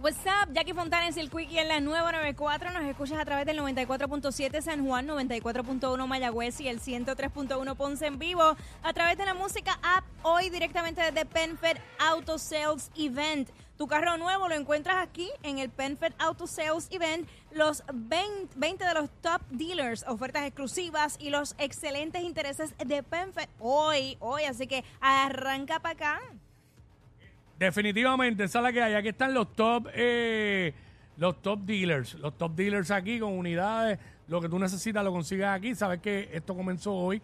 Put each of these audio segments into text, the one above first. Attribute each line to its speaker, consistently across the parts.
Speaker 1: What's up? Jackie Fontanes y el Quickie en la nueva 94. Nos escuchas a través del 94.7 San Juan, 94.1 Mayagüez y el 103.1 Ponce en vivo. A través de la música app, hoy directamente desde Penfed Auto Sales Event. Tu carro nuevo lo encuentras aquí en el Penfed Auto Sales Event. Los 20, 20 de los top dealers, ofertas exclusivas y los excelentes intereses de Penfed hoy, hoy. Así que arranca para acá.
Speaker 2: Definitivamente, esa es la que hay. Aquí están los top, eh, los top dealers. Los top dealers aquí con unidades. Lo que tú necesitas lo consigues aquí. Sabes que esto comenzó hoy.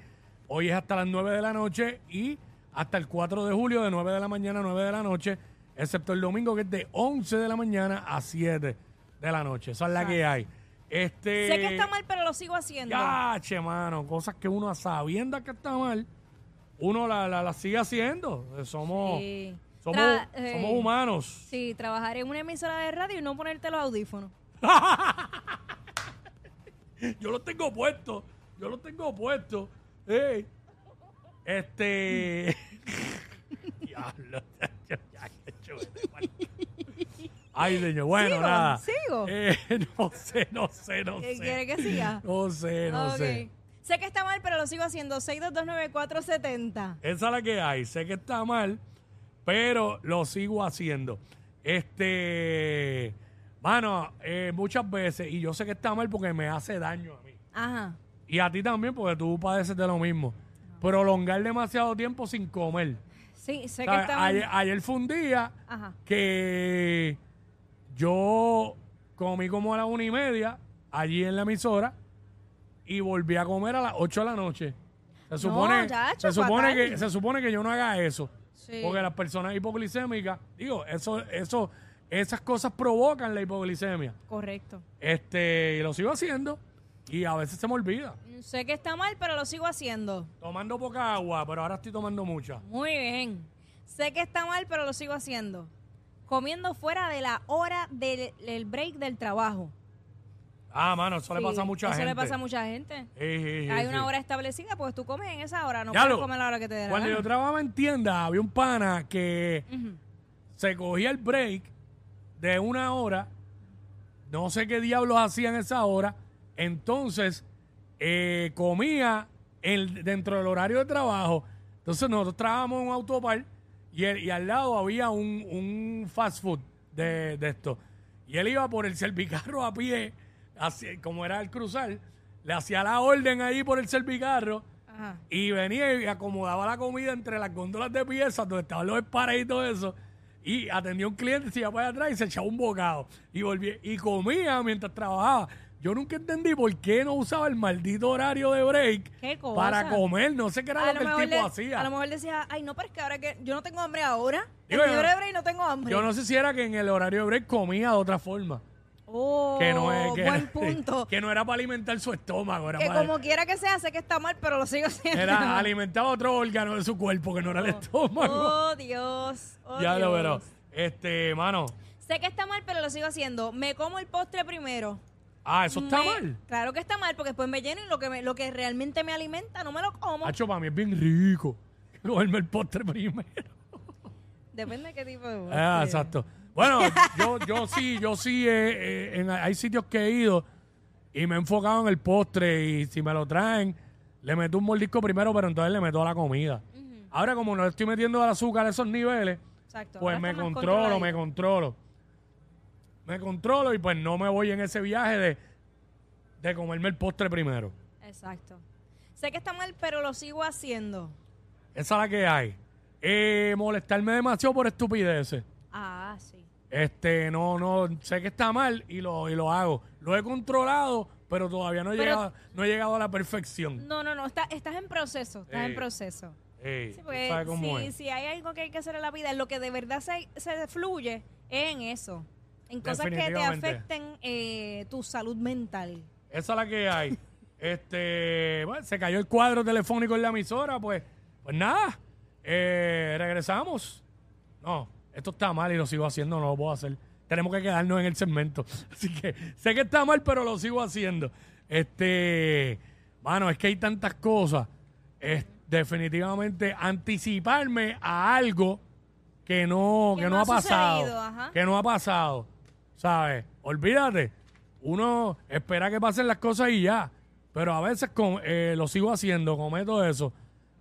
Speaker 2: Hoy es hasta las 9 de la noche y hasta el 4 de julio de 9 de la mañana a 9 de la noche. Excepto el domingo que es de 11 de la mañana a 7 de la noche. Esa es la que hay. Este,
Speaker 1: Sé que está mal, pero lo sigo haciendo.
Speaker 2: Ya, che, mano. Cosas que uno a sabiendas que está mal, uno la, la, la sigue haciendo. Eh, Somos,
Speaker 1: Sí.
Speaker 2: somos,
Speaker 1: Tra- eh.
Speaker 2: somos humanos.
Speaker 1: Sí, trabajar en una emisora de radio y no ponerte los audífonos.
Speaker 2: Yo los tengo puestos. Yo los tengo puestos. Ey. Este. Diablo. ya, ya, qué chulo, hermano. Ay, señor. Bueno,
Speaker 1: ¿Sigo?
Speaker 2: nada.
Speaker 1: ¿Sigo?
Speaker 2: Eh, no sé, no sé, no
Speaker 1: ¿Qué
Speaker 2: sé.
Speaker 1: quiere que siga?
Speaker 2: No sé, no
Speaker 1: Ok.
Speaker 2: sé.
Speaker 1: Sé que está mal, pero lo sigo haciendo. 6229470.
Speaker 2: Esa es la que hay. Sé que está mal, pero lo sigo haciendo. Este. Mano, eh, muchas veces, y yo sé que está mal porque me hace daño a mí.
Speaker 1: Ajá.
Speaker 2: Y a ti también, porque tú padeces de lo mismo. Prolongar demasiado tiempo sin comer.
Speaker 1: Sí, sé que
Speaker 2: ¿Sabes?
Speaker 1: está
Speaker 2: Ayer,
Speaker 1: mal.
Speaker 2: ayer fue un día
Speaker 1: Ajá.
Speaker 2: que yo comí como a las una y media allí en la emisora y volví a comer a las ocho de la noche. Se supone,
Speaker 1: chacho,
Speaker 2: se supone
Speaker 1: fatal.
Speaker 2: que se supone que yo no haga eso.
Speaker 1: Sí.
Speaker 2: Porque las personas hipoglicémicas, digo, eso, eso, esas cosas provocan la hipoglicemia.
Speaker 1: Correcto.
Speaker 2: Este, y lo sigo haciendo y a veces se me olvida.
Speaker 1: Sé que está mal, pero lo sigo haciendo.
Speaker 2: Tomando poca agua, pero ahora estoy tomando mucha.
Speaker 1: Muy bien. Sé que está mal, pero lo sigo haciendo. Comiendo fuera de la hora del, del break del trabajo.
Speaker 2: Ah, mano, eso le
Speaker 1: Sí,
Speaker 2: pasa a mucha gente.
Speaker 1: Eso le pasa a mucha gente.
Speaker 2: Sí, sí, sí,
Speaker 1: Hay
Speaker 2: sí.
Speaker 1: una hora establecida, pues tú comes en esa hora, no
Speaker 2: Ya
Speaker 1: puedes
Speaker 2: lo-
Speaker 1: comer a la hora que te dé la
Speaker 2: Cuando
Speaker 1: gana.
Speaker 2: yo trabajaba en tienda, había un pana que
Speaker 1: Ujú.
Speaker 2: se cogía el break de una hora. No sé qué diablos hacían esa hora. Entonces, eh, comía el- dentro del horario de trabajo. Entonces, nosotros trabajamos en un autopar y, el- y al lado había un, un fast food de, de esto. Y él iba por el servicarro a pie, así, como era el cruzar, le hacía la orden ahí por el servicarro.
Speaker 1: Ajá.
Speaker 2: Y venía y acomodaba la comida entre las góndolas de piezas donde estaban los espares y todo eso. Y atendía a un cliente, se iba para allá atrás y se echaba un bocado. Y volvía y comía mientras trabajaba. Yo nunca entendí por qué no usaba el maldito horario de break
Speaker 1: ¿Qué cosa?
Speaker 2: para comer. No sé qué era
Speaker 1: A
Speaker 2: lo
Speaker 1: lo,
Speaker 2: que
Speaker 1: mejor
Speaker 2: el tipo
Speaker 1: le- a lo
Speaker 2: hacía.
Speaker 1: mejor decía, ay, no, pero es que ahora que yo no tengo hambre ahora. El
Speaker 2: Digo, yo
Speaker 1: libre
Speaker 2: no-
Speaker 1: de break no tengo hambre.
Speaker 2: Yo no sé si era que en el horario de break comía de otra forma.
Speaker 1: Oh,
Speaker 2: que no es que,
Speaker 1: buen punto.
Speaker 2: que no era para alimentar su estómago. Era
Speaker 1: que
Speaker 2: para,
Speaker 1: como quiera que sea, sé que está mal, pero lo sigo haciendo.
Speaker 2: era alimentaba otro órgano de su cuerpo que no era el estómago.
Speaker 1: Oh, Dios. oh,
Speaker 2: ya
Speaker 1: Dios.
Speaker 2: lo verás. Este, mano.
Speaker 1: Sé que está mal, pero lo sigo haciendo. Me como el postre primero.
Speaker 2: Ah, eso está
Speaker 1: Me-
Speaker 2: mal.
Speaker 1: Claro que está mal, porque después me lleno y lo que, me- lo que realmente me alimenta no me lo como.
Speaker 2: Hacho, para mí es bien rico. Comerme el postre primero.
Speaker 1: Depende de qué tipo de postre.
Speaker 2: Ah, exacto. Bueno, yo, yo sí, yo sí, eh, eh, en- hay sitios que he ido y me he enfocado en el postre y si me lo traen, le meto un mordisco primero, pero entonces le meto a la comida. Ahora como no le estoy metiendo al azúcar a esos niveles,
Speaker 1: Exacto,
Speaker 2: pues
Speaker 1: ahora
Speaker 2: me
Speaker 1: está más
Speaker 2: controlo, me
Speaker 1: controladito.
Speaker 2: controlo. Me controlo y pues no me voy en ese viaje de, de comerme el postre primero.
Speaker 1: Exacto. Sé que está mal, pero lo sigo haciendo.
Speaker 2: Esa es la que hay. Eh, molestarme demasiado por estupideces.
Speaker 1: Ah, sí.
Speaker 2: Este, no, no, sé que está mal y lo, y lo hago. Lo he controlado, pero todavía no he,
Speaker 1: Pero-
Speaker 2: llegado, no he llegado a la perfección.
Speaker 1: No, no, no, está- estás en proceso, estás
Speaker 2: Eh,
Speaker 1: en proceso.
Speaker 2: Ey,
Speaker 1: pues, Sí,
Speaker 2: tú
Speaker 1: porque
Speaker 2: sabes cómo
Speaker 1: si,
Speaker 2: es.
Speaker 1: si hay algo que hay que hacer en la vida, lo que de verdad se, se fluye es en eso, en cosas que te
Speaker 2: Definitivamente.
Speaker 1: afecten eh, tu salud mental.
Speaker 2: Esa es la que hay. este, bueno, se cayó el cuadro telefónico en la emisora, pues, pues nada. Eh, regresamos. No, esto está mal y lo sigo haciendo, no lo puedo hacer. Tenemos que quedarnos en el segmento. Así que sé que está mal, pero lo sigo haciendo. Este, mano, es que hay tantas cosas. Es definitivamente anticiparme a algo que no,
Speaker 1: Que
Speaker 2: que no,
Speaker 1: no
Speaker 2: ha
Speaker 1: ha
Speaker 2: pasado.
Speaker 1: sucedido, ajá.
Speaker 2: Que no ha pasado. ¿Sabes? Olvídate. Uno espera que pasen las cosas y ya. Pero a veces com- eh, lo sigo haciendo, cometo eso.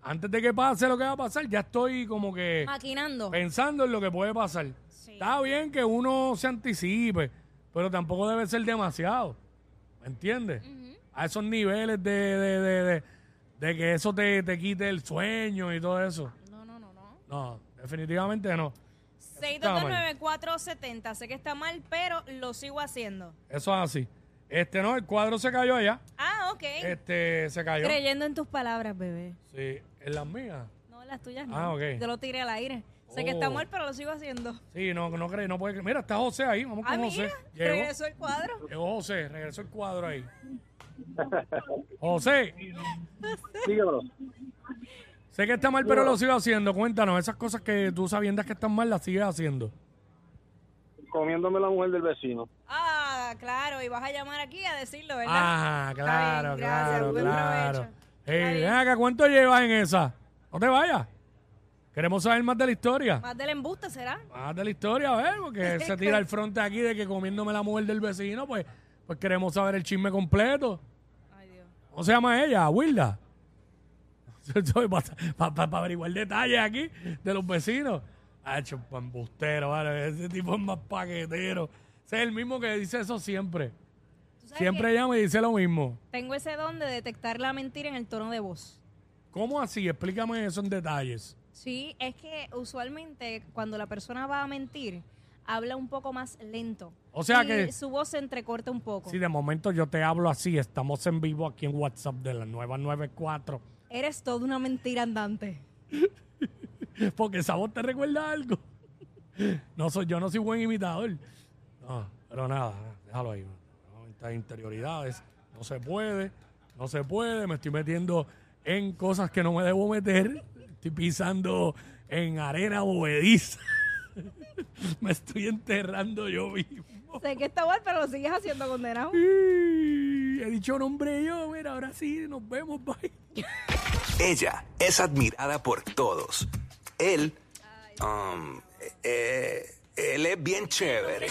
Speaker 2: Antes de que pase lo que va a pasar, ya estoy como que
Speaker 1: Maquinando.
Speaker 2: pensando en lo que puede pasar.
Speaker 1: Sí.
Speaker 2: Eh, Está bien que uno se anticipe, pero tampoco debe ser demasiado. ¿Me entiendes? A esos niveles de, de, de, de- de que eso te, te quite el sueño y todo eso.
Speaker 1: No, no, no, no.
Speaker 2: No, definitivamente no.
Speaker 1: 6229470. Sé que está mal, pero lo sigo haciendo.
Speaker 2: Eso es así. Este no, el cuadro se cayó allá.
Speaker 1: Ah, ok.
Speaker 2: Este se cayó. Sí,
Speaker 1: Creyendo en tus palabras, bebé.
Speaker 2: en las mías.
Speaker 1: No, las tuyas no.
Speaker 2: Ah, ok.
Speaker 1: Yo lo tiré al aire. Sé que está
Speaker 2: Oh.
Speaker 1: mal, pero lo sigo haciendo.
Speaker 2: Sí, no, no cree, no puede creer. Mira, está José ahí. Vamos
Speaker 1: Ah,
Speaker 2: con
Speaker 1: mira.
Speaker 2: José. Llegó.
Speaker 1: Regresó el cuadro.
Speaker 2: Llegó José, regresó el cuadro ahí. José,
Speaker 3: Dígamelo.
Speaker 2: sé que está mal, pero lo sigo haciendo. Cuéntanos, esas cosas que tú sabiendas que están mal, las sigues haciendo.
Speaker 3: Comiéndome la mujer del vecino.
Speaker 1: Ah, claro. Y vas a llamar aquí a decirlo, ¿verdad?
Speaker 2: Ah,
Speaker 1: Está
Speaker 2: claro,
Speaker 1: bien, gracias,
Speaker 2: claro,
Speaker 1: buen
Speaker 2: claro.
Speaker 1: provecho.
Speaker 2: Eh,
Speaker 1: Está
Speaker 2: ven
Speaker 1: bien.
Speaker 2: acá, ¿cuánto llevas en esa? No te vayas. Queremos saber más de la historia.
Speaker 1: Más del embuste, ¿será?
Speaker 2: Más de la historia, a ver, porque se tira el fronte aquí de que comiéndome la mujer del vecino, pues, pues queremos saber el chisme completo.
Speaker 1: Ay, Dios.
Speaker 2: ¿Cómo se llama ella? Wilda. Para averiguar detalles aquí de los vecinos. Ha hecho pambustero, ¿vale? Ese tipo es más paquetero. Ese es el mismo que dice eso siempre.
Speaker 1: ¿Tú sabes
Speaker 2: Siempre
Speaker 1: que
Speaker 2: ella me dice lo mismo.
Speaker 1: Tengo ese don de detectar la mentira en el tono de voz.
Speaker 2: ¿Cómo así? Explícame eso en detalles.
Speaker 1: Sí, es que usualmente cuando la persona va a mentir, habla un poco más lento.
Speaker 2: O sea
Speaker 1: Y
Speaker 2: que-
Speaker 1: Su voz se entrecorta un poco.
Speaker 2: Si de momento yo te hablo así, estamos en vivo aquí en WhatsApp de la nueva 94.
Speaker 1: Eres toda una mentira andante.
Speaker 2: Porque esa voz te recuerda a algo. No soy, yo no soy buen imitador. No, pero nada, déjalo ahí. No, Estas interioridades. No se puede, no se puede. Me estoy metiendo en cosas que no me debo meter. Estoy pisando en arena bovediza. me estoy enterrando yo mismo.
Speaker 1: sé que está mal, pero lo sigues haciendo condenado.
Speaker 2: He dicho nombre yo, mira, ahora sí, nos vemos, bye.
Speaker 4: Ella es admirada por todos. Él, um, eh, él es bien chévere.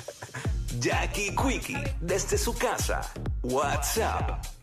Speaker 4: Jackie Quickie, desde su casa. WhatsApp,